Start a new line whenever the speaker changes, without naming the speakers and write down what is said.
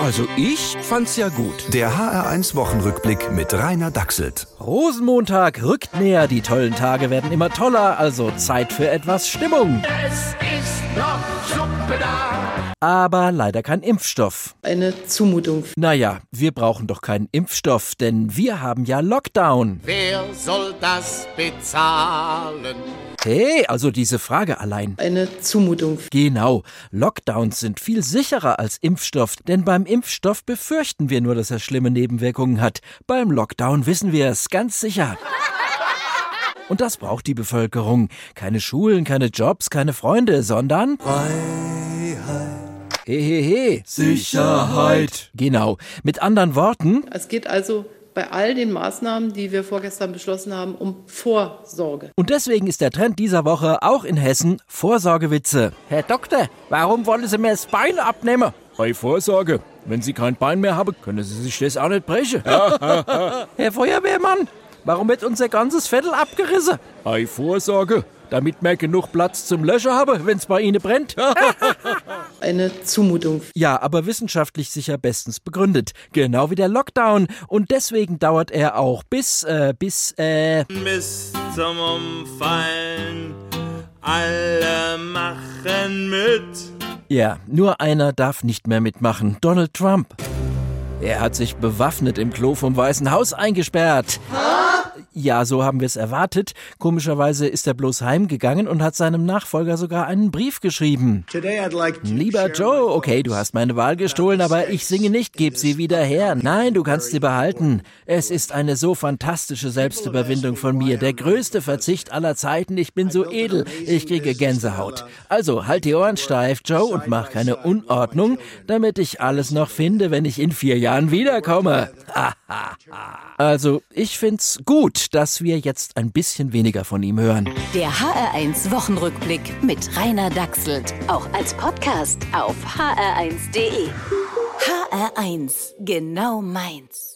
Also ich fand's ja gut.
Der HR1-Wochenrückblick mit Rainer Dachselt.
Rosenmontag rückt näher, die tollen Tage werden immer toller, also Zeit für etwas Stimmung.
Es ist noch Suppe da.
Aber leider kein Impfstoff.
eine Zumutung.
Naja, wir brauchen doch keinen Impfstoff, denn wir haben ja Lockdown.
Wer soll das bezahlen?
Hey, also diese Frage allein.
Eine Zumutung.
Genau, Lockdowns sind viel sicherer als Impfstoff, denn beim Impfstoff befürchten wir nur, dass er schlimme Nebenwirkungen hat. Beim Lockdown wissen wir es ganz sicher. Und das braucht die Bevölkerung. Keine Schulen, keine Jobs, keine Freunde, sondern Hehehe. Sicherheit. Genau. Mit anderen Worten,
Es geht also bei all den Maßnahmen, die wir vorgestern beschlossen haben, um Vorsorge.
Und deswegen ist der Trend dieser Woche auch in Hessen Vorsorgewitze. Herr Doktor, warum wollen Sie mir das Bein abnehmen? Bei Vorsorge. Wenn Sie kein Bein mehr haben, können Sie sich das auch nicht brechen. Herr Feuerwehrmann, warum wird unser ganzes Vettel abgerissen? Bei Vorsorge. Damit wir genug Platz zum Löschen haben, wenn's bei Ihnen brennt.
Eine Zumutung.
Ja, aber wissenschaftlich sicher bestens begründet. Genau wie der Lockdown. Und deswegen dauert er auch bis, äh, bis, äh,
Mist zum Umfallen. Alle machen mit.
Ja, nur einer darf nicht mehr mitmachen, Donald Trump. Er hat sich bewaffnet im Klo vom Weißen Haus eingesperrt. Ja, so haben wir es erwartet. Komischerweise ist er bloß heimgegangen und hat seinem Nachfolger sogar einen Brief geschrieben. Lieber Joe, okay, du hast meine Wahl gestohlen, aber ich singe nicht, gib sie wieder her. Nein, du kannst sie behalten. Es ist eine so fantastische Selbstüberwindung von mir. Der größte Verzicht aller Zeiten. Ich bin so edel. Ich kriege Gänsehaut. Also halt die Ohren steif, Joe, und mach keine Unordnung, damit ich alles noch finde, wenn ich in vier Jahren wiederkomme. Also, ich find's gut, dass wir jetzt ein bisschen weniger von ihm hören.
Der HR1 Wochenrückblick mit Rainer Dachselt. Auch als Podcast auf hr1.de. HR1, genau meins.